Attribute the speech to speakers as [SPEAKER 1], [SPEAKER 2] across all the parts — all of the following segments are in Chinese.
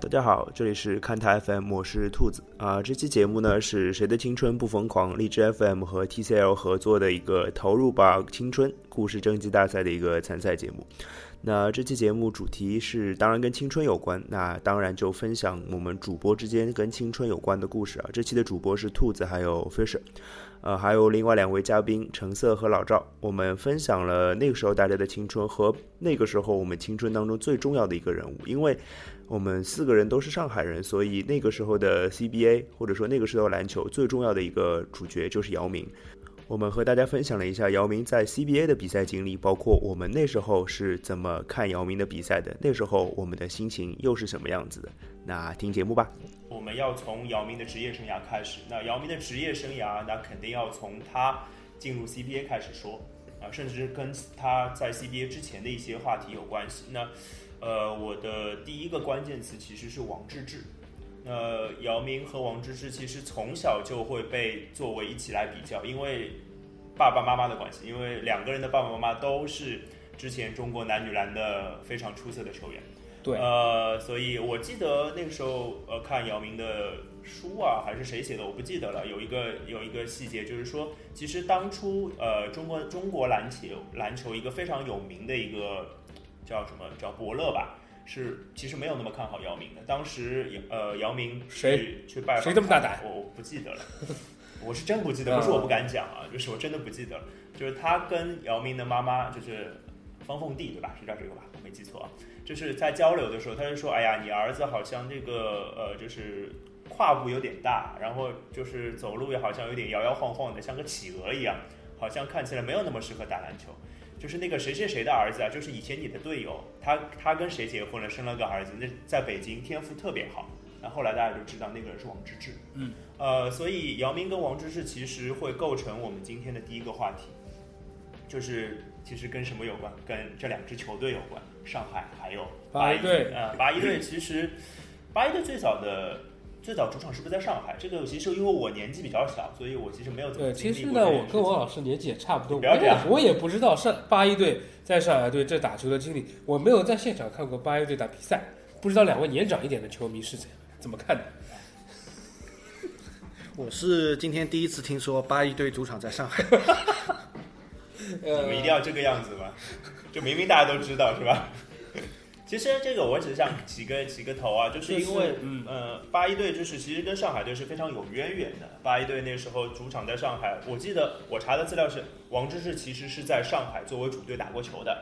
[SPEAKER 1] 大家好，这里是看台 FM，我是兔子啊、这期节目呢是《谁的青春不疯狂》荔枝 FM 和 TCL 合作的一个“投入吧青春”故事征集大赛的一个参赛节目。那这期节目主题是当然跟青春有关，那当然就分享我们主播之间跟青春有关的故事啊。这期的主播是兔子还有 Fisher，呃，还有另外两位嘉宾橙色和老赵。我们分享了那个时候大家的青春和那个时候我们青春当中最重要的一个人物，因为我们四个人都是上海人，所以那个时候的 CBA 或者说那个时候篮球最重要的一个主角就是姚明。我们和大家分享了一下姚明在 CBA 的比赛经历，包括我们那时候是怎么看姚明的比赛的，那时候我们的心情又是什么样子的。那听节目吧。
[SPEAKER 2] 我们要从姚明的职业生涯开始。那姚明的职业生涯，那肯定要从他进入 CBA 开始说啊，甚至跟他在 CBA 之前的一些话题有关系。那呃，我的第一个关键词其实是王治郅。那姚明和王治郅其实从小就会被作为一起来比较，因为爸爸妈妈的关系，因为两个人的爸爸妈妈都是之前中国男女篮的非常出色的球员。
[SPEAKER 3] 对，
[SPEAKER 2] 呃，所以我记得那个时候，呃，看姚明的书啊，还是谁写的，我不记得了。有一个有一个细节，就是说，其实当初呃，中国中国篮球篮球一个非常有名的一个叫什么叫伯乐吧，是其实没有那么看好姚明的。当时呃，姚明去
[SPEAKER 3] 谁
[SPEAKER 2] 去拜访
[SPEAKER 3] 谁这么大胆
[SPEAKER 2] 他我我不记得了。我是真不记得，不是我不敢讲啊，就是我真的不记得了。就是他跟姚明的妈妈，就是方凤娣，对吧？是叫这个吧？我没记错啊。就是在交流的时候，他就说：“哎呀，你儿子好像这个呃，就是胯部有点大，然后就是走路也好像有点摇摇晃晃的，像个企鹅一样，好像看起来没有那么适合打篮球。”就是那个谁谁谁的儿子啊，就是以前你的队友，他他跟谁结婚了，生了个儿子，那在北京天赋特别好。那后来大家就知道那个人是王治郅。
[SPEAKER 3] 嗯，
[SPEAKER 2] 呃，所以姚明跟王治郅其实会构成我们今天的第一个话题，就是其实跟什么有关？跟这两支球队有关，上海还有
[SPEAKER 3] 八
[SPEAKER 2] 一
[SPEAKER 3] 一队
[SPEAKER 2] 呃，八一 队其实八一队最早的最早主场是不是在上海？这个其实因为我年纪比较小，所以我其实没有怎么
[SPEAKER 3] 对，
[SPEAKER 2] 经
[SPEAKER 3] 呃其
[SPEAKER 2] 历
[SPEAKER 3] 实
[SPEAKER 2] 过
[SPEAKER 3] 呢，
[SPEAKER 2] 这件事情
[SPEAKER 3] 我跟王老师年纪也差不多，
[SPEAKER 2] 不要
[SPEAKER 3] 我
[SPEAKER 2] 这
[SPEAKER 3] 也
[SPEAKER 2] 样
[SPEAKER 3] 我也不知道上八一队在上海队这打球的经历，我没有在现场看过八一队打比赛，不知道两位年长一点的球迷是怎怎么看的。
[SPEAKER 4] 我是今天第一次听说八一队主场在上海，
[SPEAKER 2] 你们一定要这个样子吗？ 就明明大家都知道是吧？ 其实这个我只是想起个起个头啊，就是因为、
[SPEAKER 3] 嗯
[SPEAKER 2] 呃八一队就是其实跟上海队是非常有渊源的。八一队那时候主场在上海，我记得我查的资料是王治郅其实是在上海作为主队打过球的，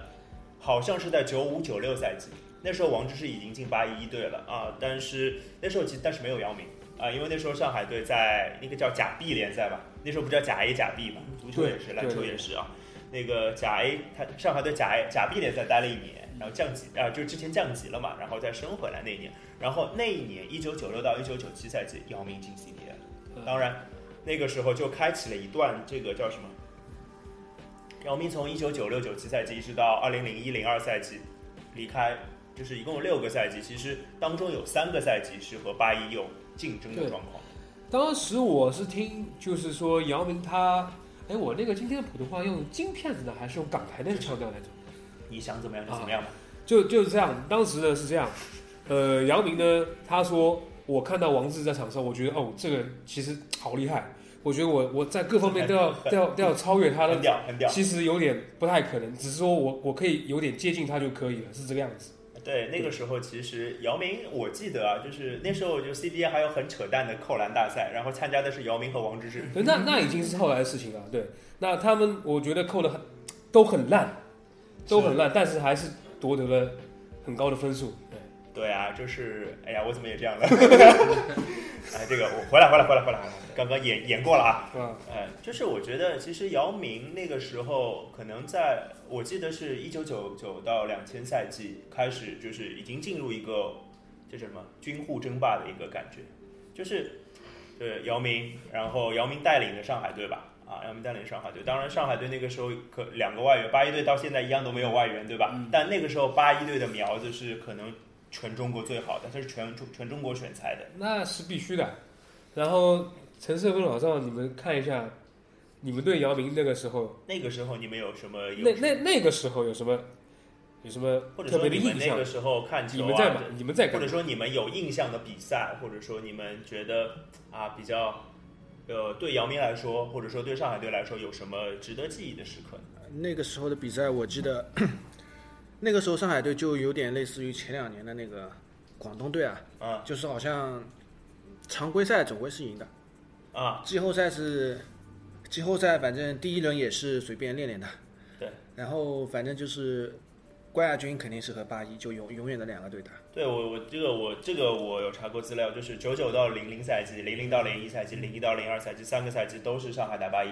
[SPEAKER 2] 好像是在九五九六赛季。那时候王治郅已经进八一队了啊，但是那时候其实但是没有姚明啊，因为那时候上海队在那个叫甲 B 联赛吧，那时候不叫甲 A 甲 B 嘛，足球也是，
[SPEAKER 3] 嗯对
[SPEAKER 2] 篮球
[SPEAKER 3] 对
[SPEAKER 2] 也是啊。那个甲 A，他上海队甲 A 甲 B 联赛待了一年，然后降级啊、就是之前降级了嘛，然后再升回来那一年，然后那一年一九九六到一九九七赛季，姚明进 CBA 了，
[SPEAKER 3] 嗯
[SPEAKER 2] 当然那个时候就开启了一段这个叫什么？姚明从一九九六九七赛季一直到二零零一零二赛季离开，就是一共有六个赛季，其实当中有三个赛季是和八一有竞争的
[SPEAKER 3] 对
[SPEAKER 2] 状况。
[SPEAKER 3] 当时我是听，就是说姚明他，哎，我那个今天的普通话用京片子呢，还是用港台那个腔调来讲？
[SPEAKER 2] 你想怎么样就怎么样
[SPEAKER 3] 啊
[SPEAKER 2] 吧。
[SPEAKER 3] 就就是这样，当时呢是这样，呃，姚明呢他说，我看到王治在场上，我觉得哦，这个人其实好厉害，我觉得我我在各方面都要都要都要超越他
[SPEAKER 2] 很
[SPEAKER 3] 的，
[SPEAKER 2] 屌，很屌。
[SPEAKER 3] 其实有点不太可能，只是说我我可以有点接近他就可以了，是这个样子。
[SPEAKER 2] 对，那个时候其实姚明，我记得啊，就是那时候就 CBA 还有很扯淡的扣篮大赛，然后参加的是姚明和王治郅。
[SPEAKER 3] 对，那那已经是后来的事情了。对，那他们我觉得扣的很都很烂，都很烂，但是还是夺得了很高的分数。对，
[SPEAKER 2] 对啊，就是哎呀，我怎么也这样了？ 哎，这个我回来，回来，回来，回来，刚刚演演过了啊。
[SPEAKER 3] 啊，
[SPEAKER 2] 哎，就是我觉得其实姚明那个时候可能在我记得是一九九九到两千赛季开始，就是已经进入一个这叫什么军户争霸的一个感觉，就是对姚明，然后姚明带领的上海队吧。啊，姚明带领上海队，当然上海队那个时候可两个外援，八一队到现在一样都没有外援，对吧？但那个时候八一队的苗子是可能全中国最好的，他是全中全中国选材的。
[SPEAKER 3] 那是必须的。然后陈胜跟老赵，你们看一下，你们对姚明那个时候，
[SPEAKER 2] 那个时候你们有什么有
[SPEAKER 3] 那那那个时候有什么有什么
[SPEAKER 2] 或者
[SPEAKER 3] 特
[SPEAKER 2] 说
[SPEAKER 3] 别的
[SPEAKER 2] 你们
[SPEAKER 3] 印
[SPEAKER 2] 那
[SPEAKER 3] 象
[SPEAKER 2] 个？时候看球
[SPEAKER 3] 你
[SPEAKER 2] 啊，
[SPEAKER 3] 们在嘛？你们在
[SPEAKER 2] 或
[SPEAKER 3] 干
[SPEAKER 2] 者
[SPEAKER 3] 嘛？
[SPEAKER 2] 说你们有印象的比赛，或者说你们觉得啊比较，呃，对姚明来说，或者说对上海队来说，有什么值得记忆的时刻？
[SPEAKER 4] 那个时候的比赛，我记得 那个时候上海队就有点类似于前两年的那个广东队啊，
[SPEAKER 2] 啊
[SPEAKER 4] 就是好像常规赛总归是赢的，
[SPEAKER 2] 啊，
[SPEAKER 4] 季后赛是季后赛，反正第一轮也是随便练练的。
[SPEAKER 2] 对。
[SPEAKER 4] 然后反正就是冠军肯定是和八一就永永远的两个对打。
[SPEAKER 2] 对我我这个我这个我有查过资料，就是九九到零零赛季、零零到零一赛季、零一到零二赛季三个赛季都是上海打八一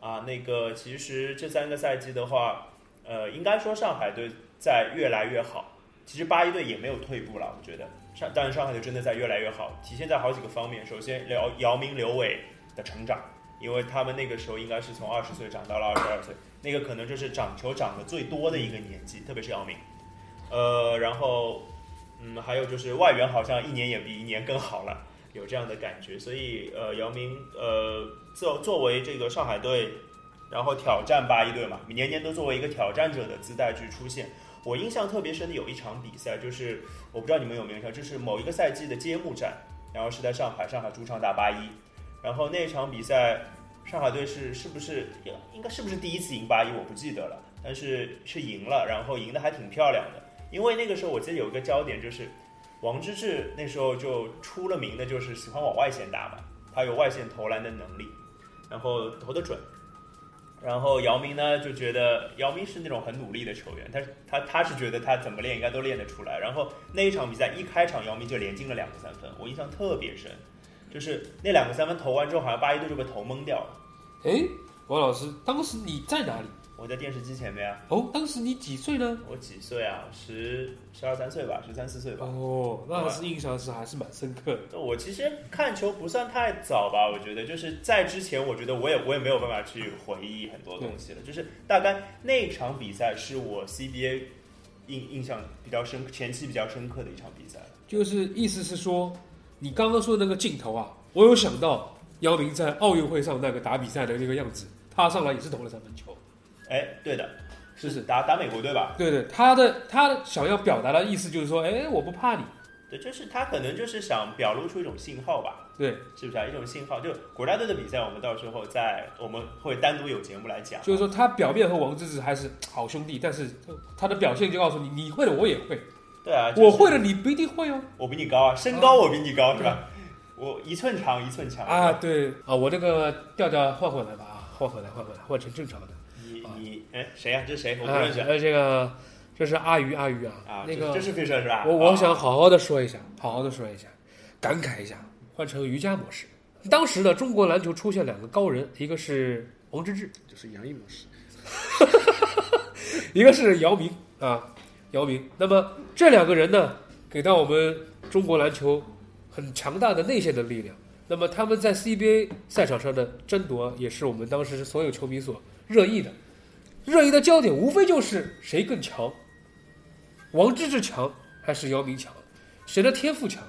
[SPEAKER 2] 啊。那个其实这三个赛季的话，呃，应该说上海队在越来越好。其实八一队也没有退步了，我觉得上，但是上海队真的在越来越好，体现在好几个方面。首先，姚姚明、刘伟的成长，因为他们那个时候应该是从二十岁长到了二十二岁，那个可能就是长球长得最多的一个年纪，特别是姚明。呃，然后嗯，还有就是外援好像一年也比一年更好了，有这样的感觉。所以呃，姚明呃作作为这个上海队，然后挑战八一队嘛，年年都作为一个挑战者的姿态去出现。我印象特别深的有一场比赛，就是我不知道你们有没有印象，就是某一个赛季的揭幕战，然后是在上海，上海主场打八一，然后那场比赛上海队是是不是应该是不是第一次赢八一，我不记得了，但是是赢了，然后赢得还挺漂亮的。因为那个时候我记得有一个焦点就是，王治郅那时候就出了名的就是喜欢往外线打嘛，他有外线投篮的能力，然后投得准。然后姚明呢就觉得姚明是那种很努力的球员，他是他他是觉得他怎么练应该都练得出来。然后那一场比赛一开场，姚明就连进了两个三分，我印象特别深，就是那两个三分投完之后，好像八一队就被投懵掉了。
[SPEAKER 3] 哎，王老师，当时你在哪里？
[SPEAKER 2] 我在电视机前面啊，
[SPEAKER 3] 哦，当时你几岁呢？
[SPEAKER 2] 我几岁啊？十十二三岁吧，十三四岁吧。
[SPEAKER 3] 哦，那还
[SPEAKER 2] 啊
[SPEAKER 3] 是印象是还是蛮深刻的。
[SPEAKER 2] 我其实看球不算太早吧，我觉得就是在之前，我觉得我也我也没有办法去回忆很多东西了。就是大概那场比赛是我 CBA 印印象比较深，前期比较深刻的一场比赛。
[SPEAKER 3] 就是意思是说，你刚刚说的那个镜头啊，我有想到姚明在奥运会上那个打比赛的那个样子，他上来也是投了三分球，
[SPEAKER 2] 哎，对的，
[SPEAKER 3] 是不是？
[SPEAKER 2] 打打美国队吧？
[SPEAKER 3] 对对，他的他想要表达的意思就是说，哎，我不怕你，
[SPEAKER 2] 对，就是他可能就是想表露出一种信号吧，
[SPEAKER 3] 对，
[SPEAKER 2] 是不是啊？一种信号，就国家队的比赛，我们到时候在我们会单独有节目来讲。
[SPEAKER 3] 就是说他表面和王治郅还是好兄弟，但是他的表现就告诉你，你会的我也会，
[SPEAKER 2] 对啊，就是
[SPEAKER 3] 我会的你不一定会哦。
[SPEAKER 2] 我比你高啊，身高我比你高是吧？我一寸长一寸强
[SPEAKER 3] 啊，，对啊，我这个调调换回来吧啊，换回来换回来，换成正常的。
[SPEAKER 2] 你
[SPEAKER 3] 啊
[SPEAKER 2] 你哎谁呀、这是谁？我不
[SPEAKER 3] 啊
[SPEAKER 2] 认识，
[SPEAKER 3] 呃，这个这是阿鱼阿鱼啊，
[SPEAKER 2] 啊。
[SPEAKER 3] 那
[SPEAKER 2] 这
[SPEAKER 3] 个
[SPEAKER 2] 这是飞车是吧？
[SPEAKER 3] 我我
[SPEAKER 2] 啊
[SPEAKER 3] 想好好的说一下，好好的说一下，感慨一下，换成瑜伽模式。当时呢，中国篮球出现两个高人，一个是王治郅，
[SPEAKER 4] 就是杨毅模式，
[SPEAKER 3] 一个是姚明啊，姚明。那么这两个人呢，给到我们中国篮球很强大的内线的力量。那么他们在 CBA 赛场上的争夺，也是我们当时所有球迷所热议的。热议的焦点无非就是谁更强，王治郅强还是姚明强，谁的天赋强，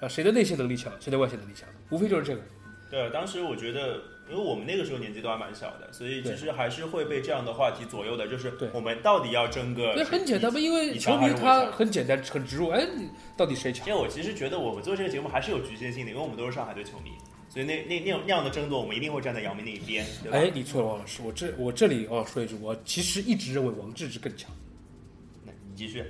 [SPEAKER 3] 啊，谁的内线能力强，谁的外线能力强，无非就是这个。
[SPEAKER 2] 对，当时我觉得，因为我们那个时候年纪都还蛮小的，所以其实还是会被这样的话题左右的，就是
[SPEAKER 3] 对
[SPEAKER 2] 我们到底要争个
[SPEAKER 3] 那很简单嘛，因为
[SPEAKER 2] 你
[SPEAKER 3] 球
[SPEAKER 2] 强
[SPEAKER 3] 迷
[SPEAKER 2] 还是我
[SPEAKER 3] 他
[SPEAKER 2] 强
[SPEAKER 3] 很简单，很直入，哎，你到底谁强
[SPEAKER 2] 其？实我其实觉得我们做这个节目还是有局限性的，因为我们都是上海队球迷，所以那那那种那样的争夺，我们一定会站在姚明那一边，对吧？
[SPEAKER 3] 哎，你错了，王老师，我这我这里我要说一句，我其实一直认为王治郅更强。
[SPEAKER 2] 那你继续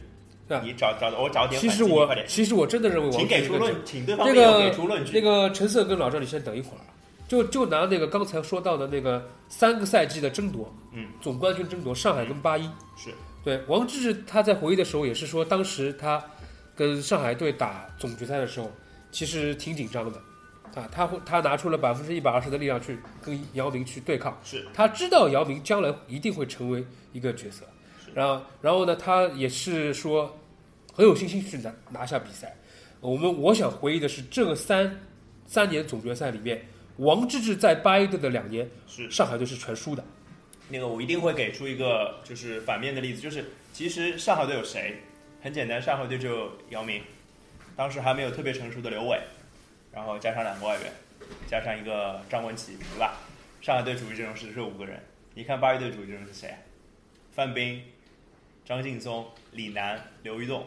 [SPEAKER 3] 啊，
[SPEAKER 2] 你找找我找点
[SPEAKER 3] 其
[SPEAKER 2] 反
[SPEAKER 3] 实
[SPEAKER 2] 击，你
[SPEAKER 3] 我
[SPEAKER 2] 快点，
[SPEAKER 3] 其实我真的认为王
[SPEAKER 2] 请
[SPEAKER 3] 治
[SPEAKER 2] 给
[SPEAKER 3] 郅
[SPEAKER 2] 出
[SPEAKER 3] 更强。
[SPEAKER 2] 论，请对方
[SPEAKER 3] 那
[SPEAKER 2] 辩友给
[SPEAKER 3] 个
[SPEAKER 2] 出论
[SPEAKER 3] 那
[SPEAKER 2] 据。
[SPEAKER 3] 个陈瑟跟老赵，你先等一会儿啊。就就拿那个刚才说到的那个三个赛季的争夺，
[SPEAKER 2] 嗯，
[SPEAKER 3] 总冠军争夺，上海跟八一、
[SPEAKER 2] 是
[SPEAKER 3] 对王治郅他在回忆的时候也是说，当时他跟上海队打总决赛的时候，其实挺紧张的，啊，他会他拿出了百分之一百二十的力量去跟姚明去对抗。
[SPEAKER 2] 是，
[SPEAKER 3] 他知道姚明将来一定会成为一个角色，然后然后呢，他也是说很有信心去拿拿下比赛。我们我想回忆的是这个三三年总决赛里面，王治郅在八一队的两年，
[SPEAKER 2] 是
[SPEAKER 3] 上海队是全输的。
[SPEAKER 2] 那个我一定会给出一个就是反面的例子，就是其实上海队有谁？很简单，上海队就有姚明，当时还没有特别成熟的刘伟，然后加上两个外援，加上一个张文琪，对吧？啊上海队主力阵容是这五个人，你看八一队主力阵容是谁？范冰、张劲松、李楠、刘玉栋、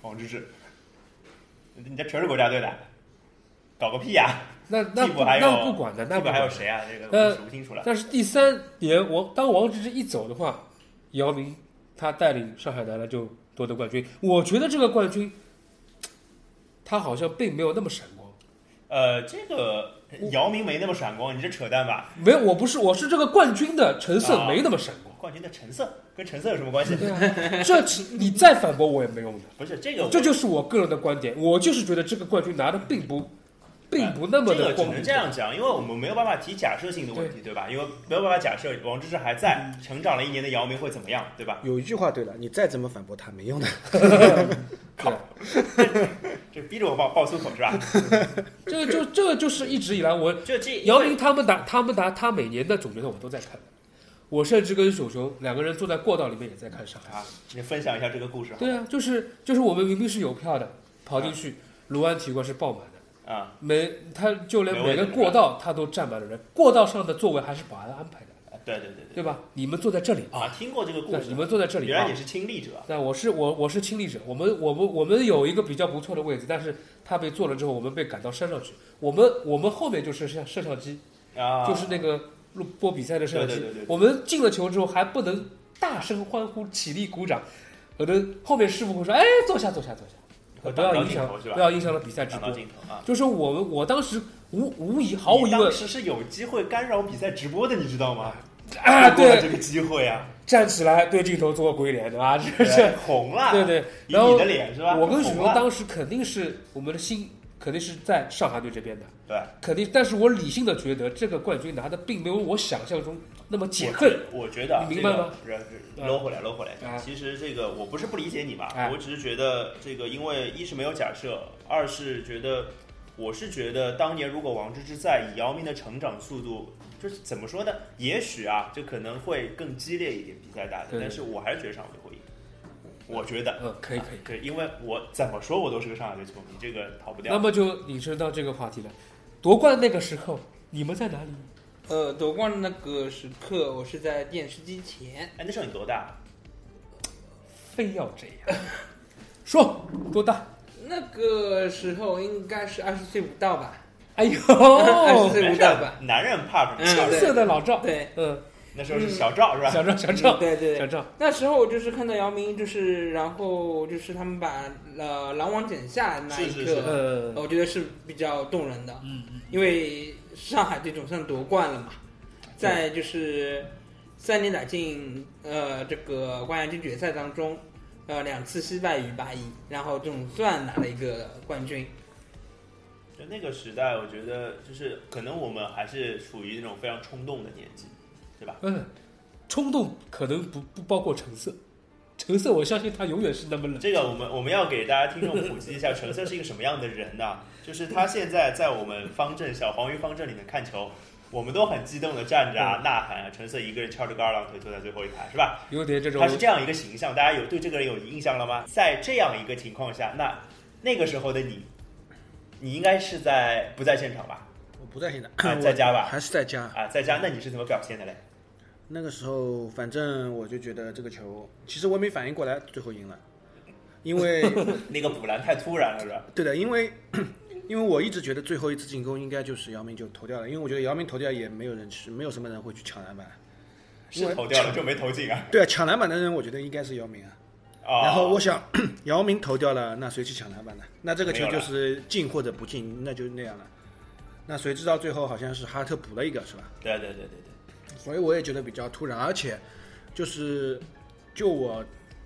[SPEAKER 2] 王治郅，你这全是国家队的，啊搞个屁呀、
[SPEAKER 3] 那那
[SPEAKER 2] 替
[SPEAKER 3] 不
[SPEAKER 2] 补还有
[SPEAKER 3] 那不管的，那
[SPEAKER 2] 那
[SPEAKER 3] 不
[SPEAKER 2] 边还有
[SPEAKER 3] 管。
[SPEAKER 2] 谁啊？这个
[SPEAKER 3] 呃
[SPEAKER 2] 我数不清楚了。
[SPEAKER 3] 但是第三年王当王治郅一走的话，姚明他带领上海男篮就夺得冠军。我觉得这个冠军，他好像并没有那么闪光。
[SPEAKER 2] 呃，这个姚明没那么闪光，你这扯淡吧？
[SPEAKER 3] 没有，我不是，我是这个冠军的成色
[SPEAKER 2] 啊
[SPEAKER 3] 没那么闪光。
[SPEAKER 2] 冠军的成色跟成色有什么关系？
[SPEAKER 3] 对啊，这其你再反驳我也没用 的。
[SPEAKER 2] 不是这个我，
[SPEAKER 3] 这就是我个人的观点，我就是觉得这个冠军拿的并不，并不那么
[SPEAKER 2] 这
[SPEAKER 3] 的
[SPEAKER 2] 个只
[SPEAKER 3] 光
[SPEAKER 2] 能
[SPEAKER 3] 明
[SPEAKER 2] 这样讲，因为我们没有办法提假设性的问题，对吧？因为没有办法假设王治郅还在，
[SPEAKER 3] 嗯
[SPEAKER 2] 成长了一年的姚明会怎么样，对吧？
[SPEAKER 4] 有一句话对了，你再怎么反驳他没用的。
[SPEAKER 3] 对啊
[SPEAKER 2] 这逼着我爆爆粗口是吧？
[SPEAKER 3] 这个就这个就是一直以来我
[SPEAKER 2] 这这
[SPEAKER 3] 姚明他们打他们打他每年的总决赛我都在看的，我甚至跟熊熊两个人坐在过道里面也在看上海。
[SPEAKER 2] 啊，你分享一下这个故事
[SPEAKER 3] 对啊，就是就是我们明明是有票的，跑进去，卢湾体育馆是爆满的，
[SPEAKER 2] 啊，
[SPEAKER 3] 每他就连
[SPEAKER 2] 没啊
[SPEAKER 3] 每
[SPEAKER 2] 位置
[SPEAKER 3] 个过道他都站满了人，过道上的座位还是保安安排的，
[SPEAKER 2] 对对对对
[SPEAKER 3] 对吧？你们坐在这里啊，
[SPEAKER 2] 啊，听过这个故
[SPEAKER 3] 对，你
[SPEAKER 2] 事，
[SPEAKER 3] 们坐在这里
[SPEAKER 2] 原来
[SPEAKER 3] 啊
[SPEAKER 2] 你。是亲历者
[SPEAKER 3] 但我是我我是亲历者，我们我们我们有一个比较不错的位置，但是他被坐了之后，我们被赶到山上去。我们我们后面就是摄摄像机，
[SPEAKER 2] 啊，
[SPEAKER 3] 就是那个录播比赛的摄像机。
[SPEAKER 2] 对对对对对
[SPEAKER 3] 我们进了球之后还不能大声欢呼、起立鼓掌，可能后面师傅会说：“哎，坐下，坐下，坐下，
[SPEAKER 2] 会
[SPEAKER 3] 不
[SPEAKER 2] 挡
[SPEAKER 3] 要
[SPEAKER 2] 到
[SPEAKER 3] 影
[SPEAKER 2] 镜
[SPEAKER 3] 响，
[SPEAKER 2] 头是吧
[SPEAKER 3] 不要影响了比赛直
[SPEAKER 2] 看
[SPEAKER 3] 播
[SPEAKER 2] 到。镜头啊”。
[SPEAKER 3] 就是我们我当时无无疑毫无
[SPEAKER 2] 你
[SPEAKER 3] 疑
[SPEAKER 2] 当
[SPEAKER 3] 问
[SPEAKER 2] 时是有机会干扰比赛直播的，你知道吗？
[SPEAKER 3] 啊，
[SPEAKER 2] 错过了这
[SPEAKER 3] 对，
[SPEAKER 2] 个机会啊，
[SPEAKER 3] 站起来对镜头做个鬼脸， 对吧？这是
[SPEAKER 2] 对 红了，
[SPEAKER 3] 对对，
[SPEAKER 2] 以
[SPEAKER 3] 然后
[SPEAKER 2] 你的脸是吧？
[SPEAKER 3] 我跟许
[SPEAKER 2] 红啊
[SPEAKER 3] 荣
[SPEAKER 2] 了
[SPEAKER 3] 当时肯定是我们的心肯定是在上海队这边的，
[SPEAKER 2] 对，
[SPEAKER 3] 肯定。但是我理性的觉得这个冠军拿的并没有我想象中那么解
[SPEAKER 2] 我
[SPEAKER 3] 恨
[SPEAKER 2] 觉。我觉得啊
[SPEAKER 3] 你明白
[SPEAKER 2] 这个
[SPEAKER 3] 吗
[SPEAKER 2] 人
[SPEAKER 3] 啊
[SPEAKER 2] 搂回来，搂回
[SPEAKER 3] 啊
[SPEAKER 2] 来。其实这个我不是不理解你嘛
[SPEAKER 3] 啊，
[SPEAKER 2] 我只是觉得这个，因为一是没有假设，二是觉得我是觉得当年如果王治郅在，以姚明的成长速度，就是怎么说呢？也许啊，就可能会更激烈一点比赛打的
[SPEAKER 3] 对，
[SPEAKER 2] 但是我还是觉得上海队会赢。我啊觉得
[SPEAKER 3] 嗯，可以可以。
[SPEAKER 2] 对，因为我怎么说我都是个上海队球迷，这个逃不
[SPEAKER 3] 那
[SPEAKER 2] 掉。
[SPEAKER 3] 么就引申到这个话题了，夺冠那个时候你们在哪里？
[SPEAKER 5] 呃，夺冠那个时刻，我是在电视机前，
[SPEAKER 2] 哎，那时候你多大？
[SPEAKER 3] 非要这 样说多大？
[SPEAKER 5] 那个时候应该是二十岁不到吧。
[SPEAKER 3] 哎呦，
[SPEAKER 5] 二十岁
[SPEAKER 2] 没
[SPEAKER 5] 不
[SPEAKER 2] 事
[SPEAKER 5] 到吧？
[SPEAKER 2] 男人怕什么事
[SPEAKER 5] 嗯
[SPEAKER 2] 儿？
[SPEAKER 3] 青涩的老赵，
[SPEAKER 5] 对，
[SPEAKER 3] 嗯，
[SPEAKER 2] 那时候是小赵是吧？
[SPEAKER 3] 小赵小
[SPEAKER 5] 嗯
[SPEAKER 3] 赵
[SPEAKER 5] 对对
[SPEAKER 3] 小
[SPEAKER 5] 对。
[SPEAKER 3] 赵，
[SPEAKER 5] 那时候我就是看到姚明，就是然后就是他们把呃篮网剪下那一刻，
[SPEAKER 2] 是是是
[SPEAKER 3] 呃，
[SPEAKER 5] 我觉得是比较动人的。
[SPEAKER 3] 嗯，
[SPEAKER 5] 因为上海队总算夺冠了嘛，在就是三年打进呃这个冠亚军决赛当中，呃两次惜败于八一，然后总算拿了一个冠军。
[SPEAKER 2] 就那个时代，我觉得就是可能我们还是处于那种非常冲动的年纪，对吧？
[SPEAKER 3] 嗯，冲动可能不不包括橙色，橙色我相信他永远是那么冷。
[SPEAKER 2] 这个我们我们要给大家听众普及一下，橙色是一个什么样的人呢、就是他现在在我们方阵小黄鱼方阵里面看球，我们都很激动的站着
[SPEAKER 3] 嗯
[SPEAKER 2] 啊，呐喊啊，橙色一个人翘着个二郎腿坐在最后一排，是吧？
[SPEAKER 3] 有点这种
[SPEAKER 2] 他是这样一个形象，大家有对这个人有印象了吗？在这样一个情况下，那那个时候的你，你应该是在不在现场吧？
[SPEAKER 4] 我不在现场，
[SPEAKER 2] 啊在家吧
[SPEAKER 4] 我还是在家。
[SPEAKER 2] 啊，在家，那你是怎么表现的嘞？
[SPEAKER 4] 那个时候，反正我就觉得这个球，其实我也没反应过来，最后赢了，因为
[SPEAKER 2] 那个补篮太突然了，是吧？
[SPEAKER 4] 对的，因为因为我一直觉得最后一次进攻应该就是姚明就投掉了，因为我觉得姚明投掉也没有人去，没有什么人会去抢篮板。因
[SPEAKER 2] 是
[SPEAKER 4] 为
[SPEAKER 2] 投掉了就没投进啊。
[SPEAKER 4] 对啊，抢篮板的人我觉得应该是姚明啊。
[SPEAKER 2] 啊，
[SPEAKER 4] 然后我想，姚明投掉了，那谁去抢篮板呢？那这个球就是进或者不进，那就那样了。那谁知道最后好像是哈特补了一个是吧？
[SPEAKER 2] 对对对对对，
[SPEAKER 4] 所以我也觉得比较突然，而且就是就我，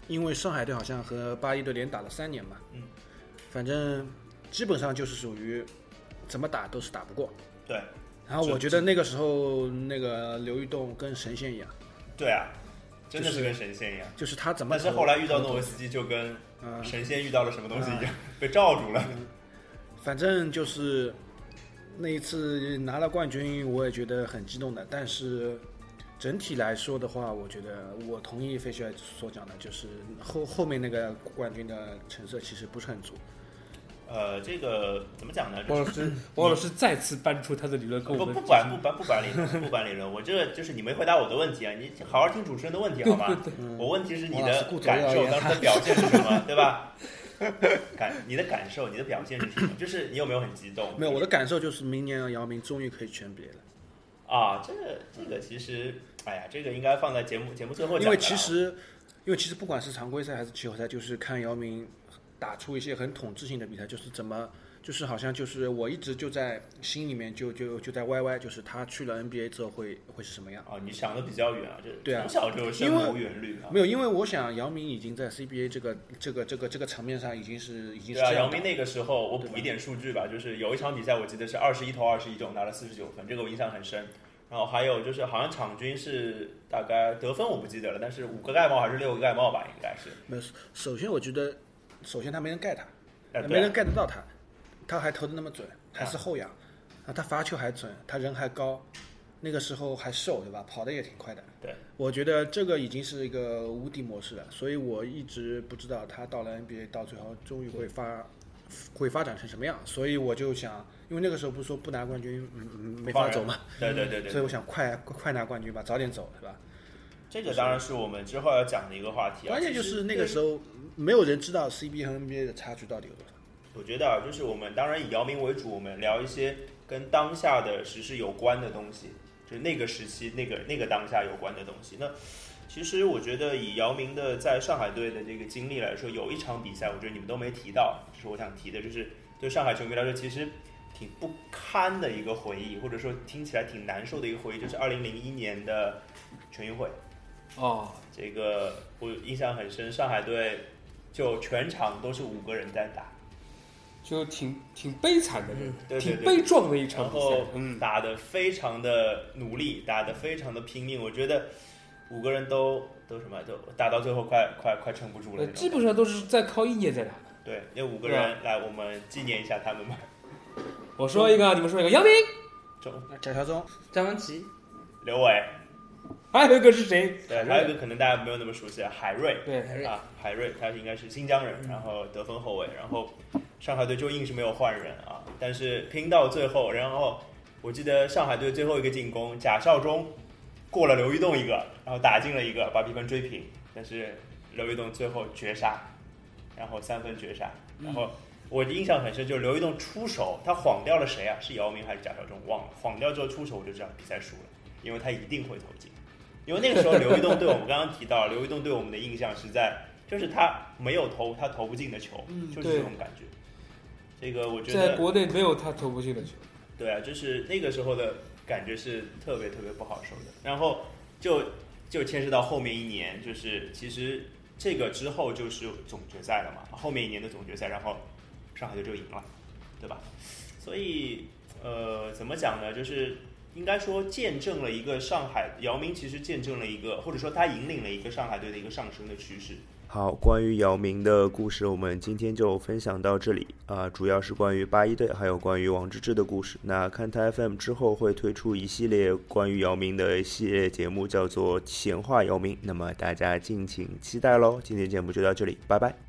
[SPEAKER 4] 因为上海队好像和八一队连打了三年嘛，
[SPEAKER 2] 嗯，
[SPEAKER 4] 反正基本上就是属于怎么打都是打不过。
[SPEAKER 2] 对
[SPEAKER 4] 然后
[SPEAKER 2] 这
[SPEAKER 4] 我觉得那个时候那个刘玉栋跟神仙一样，
[SPEAKER 2] 对啊，真的是跟神仙一样。
[SPEAKER 4] 就是他怎么
[SPEAKER 2] 但
[SPEAKER 4] 投
[SPEAKER 2] 是后来遇到诺维斯基，就跟
[SPEAKER 4] 嗯、
[SPEAKER 2] 神仙遇到了什么东西一样，被罩住了。
[SPEAKER 4] 反正就是那一次拿了冠军，我也觉得很激动的。但是整体来说的话，我觉得我同意费雪所讲的，就是后后面那个冠军的成色其实不是很足。
[SPEAKER 2] 呃，这个怎么讲呢？就
[SPEAKER 3] 王
[SPEAKER 2] 是
[SPEAKER 3] 老师，王老师再次搬出他的理论跟我
[SPEAKER 2] 不
[SPEAKER 3] 们
[SPEAKER 2] 不管不管不管理论不管理论，我这个就是你没回答我的问题啊！你好好听主持人的问题好吗？我问题是你
[SPEAKER 4] 王老师
[SPEAKER 2] 的
[SPEAKER 4] 顾左
[SPEAKER 2] 感
[SPEAKER 4] 右而
[SPEAKER 2] 受
[SPEAKER 4] 言
[SPEAKER 2] 当时的表现是什么，对吧？ 感你的感受，你的表现是什么？就是你有没有很激动？
[SPEAKER 4] 没有，我的感受就是明年姚明终于可以全 NBA 了，
[SPEAKER 2] 啊，这个这个其实，哎呀，这个应该放在节目节目最后讲的啊。
[SPEAKER 4] 因为其实，因为其实不管是常规赛还是季后赛，就是看姚明打出一些很统治性的比赛，就是怎么，就是好像就是我一直就在心里面就就就在 YY，就是他去了 NBA 之后会会是什么样？
[SPEAKER 2] 哦，你想的比较远啊，这
[SPEAKER 4] 对啊
[SPEAKER 2] 从小就深
[SPEAKER 4] 因为
[SPEAKER 2] 谋远虑啊。
[SPEAKER 4] 没有，因为我想姚明已经在 CBA 这个这个这个这个场面上已经是已经
[SPEAKER 2] 对
[SPEAKER 4] 是
[SPEAKER 2] 啊，
[SPEAKER 4] 这
[SPEAKER 2] 姚
[SPEAKER 4] 样
[SPEAKER 2] 明那个时候，我
[SPEAKER 4] 对
[SPEAKER 2] 补
[SPEAKER 4] 吧
[SPEAKER 2] 一点数据吧，就是有一场比赛，我记得是二十一投二十一中，拿了四十九分，这个我印象很深。然后还有就是，好像场均是大概得分我不记得了，但是五个盖帽还是六个盖帽吧，应该是。
[SPEAKER 4] 没有，首先我觉得，首先他没人盖他，
[SPEAKER 2] 哎
[SPEAKER 4] 没
[SPEAKER 2] 对啊
[SPEAKER 4] 人 get 得到他，他还投的那么准，还是后仰，啊，他罚球还准，他人还高，那个时候还瘦，对吧？跑的也挺快的。
[SPEAKER 2] 对，
[SPEAKER 4] 我觉得这个已经是一个无敌模式了，所以我一直不知道他到了 NBA 到最后终于会发。会发展成什么样？所以我就想，因为那个时候不是说不拿冠军，嗯嗯，没法走嘛，
[SPEAKER 2] 对对对对
[SPEAKER 4] 嗯所以
[SPEAKER 2] 对，
[SPEAKER 4] 我想快快快拿冠军吧，早点走，是吧？
[SPEAKER 2] 这个当然是我们之后要讲的一个话题啊。
[SPEAKER 4] 关键
[SPEAKER 2] 其
[SPEAKER 4] 就
[SPEAKER 2] 实
[SPEAKER 4] 是那个时候没有人知道 CBA 和 NBA 的差距到底有多少。
[SPEAKER 2] 我觉得啊，就是我们当然以姚明为主，我们聊一些跟当下的时事有关的东西，就是那个时期、那个那个当下有关的东西。那其实我觉得以姚明的在上海队的这个经历来说，有一场比赛，我觉得你们都没提到，这是我想提的，就是对上海球迷来说，其实挺不堪的一个回忆，或者说听起来挺难受的一个回忆，就是二零零一年的全运会。
[SPEAKER 3] 哦，
[SPEAKER 2] 这个我印象很深，上海队就全场都是五个人在打。
[SPEAKER 3] 就挺挺悲惨的，
[SPEAKER 5] 嗯
[SPEAKER 2] 对对
[SPEAKER 3] 挺
[SPEAKER 2] 对
[SPEAKER 3] 悲壮的一场
[SPEAKER 2] 然
[SPEAKER 3] 比赛
[SPEAKER 2] 后。
[SPEAKER 3] 嗯，
[SPEAKER 2] 打得非常的努力，打得非常的拼命。我觉得五个人都都什么，都打到最后快快快撑不住了
[SPEAKER 3] 呃
[SPEAKER 2] 那
[SPEAKER 3] 基
[SPEAKER 2] 种。
[SPEAKER 3] 本上都是在靠意念在打。
[SPEAKER 2] 对，那五个
[SPEAKER 3] 对
[SPEAKER 2] 人来，我们纪念一下他们吧。
[SPEAKER 3] 我说一个，啊你们说一个，杨明，
[SPEAKER 2] 中
[SPEAKER 4] 贾乔忠，
[SPEAKER 5] 张文琪，
[SPEAKER 2] 刘 伟，
[SPEAKER 3] 还有一个是谁？
[SPEAKER 2] 对，还有一个可能大家没有那么熟悉，海瑞
[SPEAKER 3] 对，
[SPEAKER 5] 海瑞
[SPEAKER 2] 啊，海瑞，他应该是新疆人，
[SPEAKER 3] 嗯
[SPEAKER 2] 然后得分后卫，然后上海队就硬是没有换人啊，但是拼到最后，然后我记得上海队最后一个进攻，贾少忠过了刘玉栋一个，然后打进了一个，把比分追平，但是刘玉栋最后绝杀，然后三分绝杀，然后我印象很深，就是刘玉栋出手，他晃掉了谁啊？是姚明还是贾少忠？忘了，晃掉之后出手，我就知道比赛输了，因为他一定会投进。因为那个时候刘玉栋对我们刚刚提到，刘玉栋对我们的印象是在，就是他没有投他投不进的球，就是这种感觉。这个我觉
[SPEAKER 3] 在
[SPEAKER 2] 得，
[SPEAKER 3] 国内没有他投不进的球。
[SPEAKER 2] 对啊，就是那个时候的感觉是特别特别不好受的。然后就就牵涉到后面一年，就是其实这个之后就是总决赛了嘛，后面一年的总决赛，然后上海队就赢了，对吧？所以呃，怎么讲呢？就是应该说见证了一个上海姚明，其实见证了一个，或者说他引领了一个上海队的一个上升的趋势。
[SPEAKER 1] 好，关于姚明的故事，我们今天就分享到这里啊、主要是关于八一队，还有关于王治郅的故事。那看台 FM 之后会推出一系列关于姚明的系列节目，叫做《闲话姚明》，那么大家敬请期待喽。今天节目就到这里，拜拜。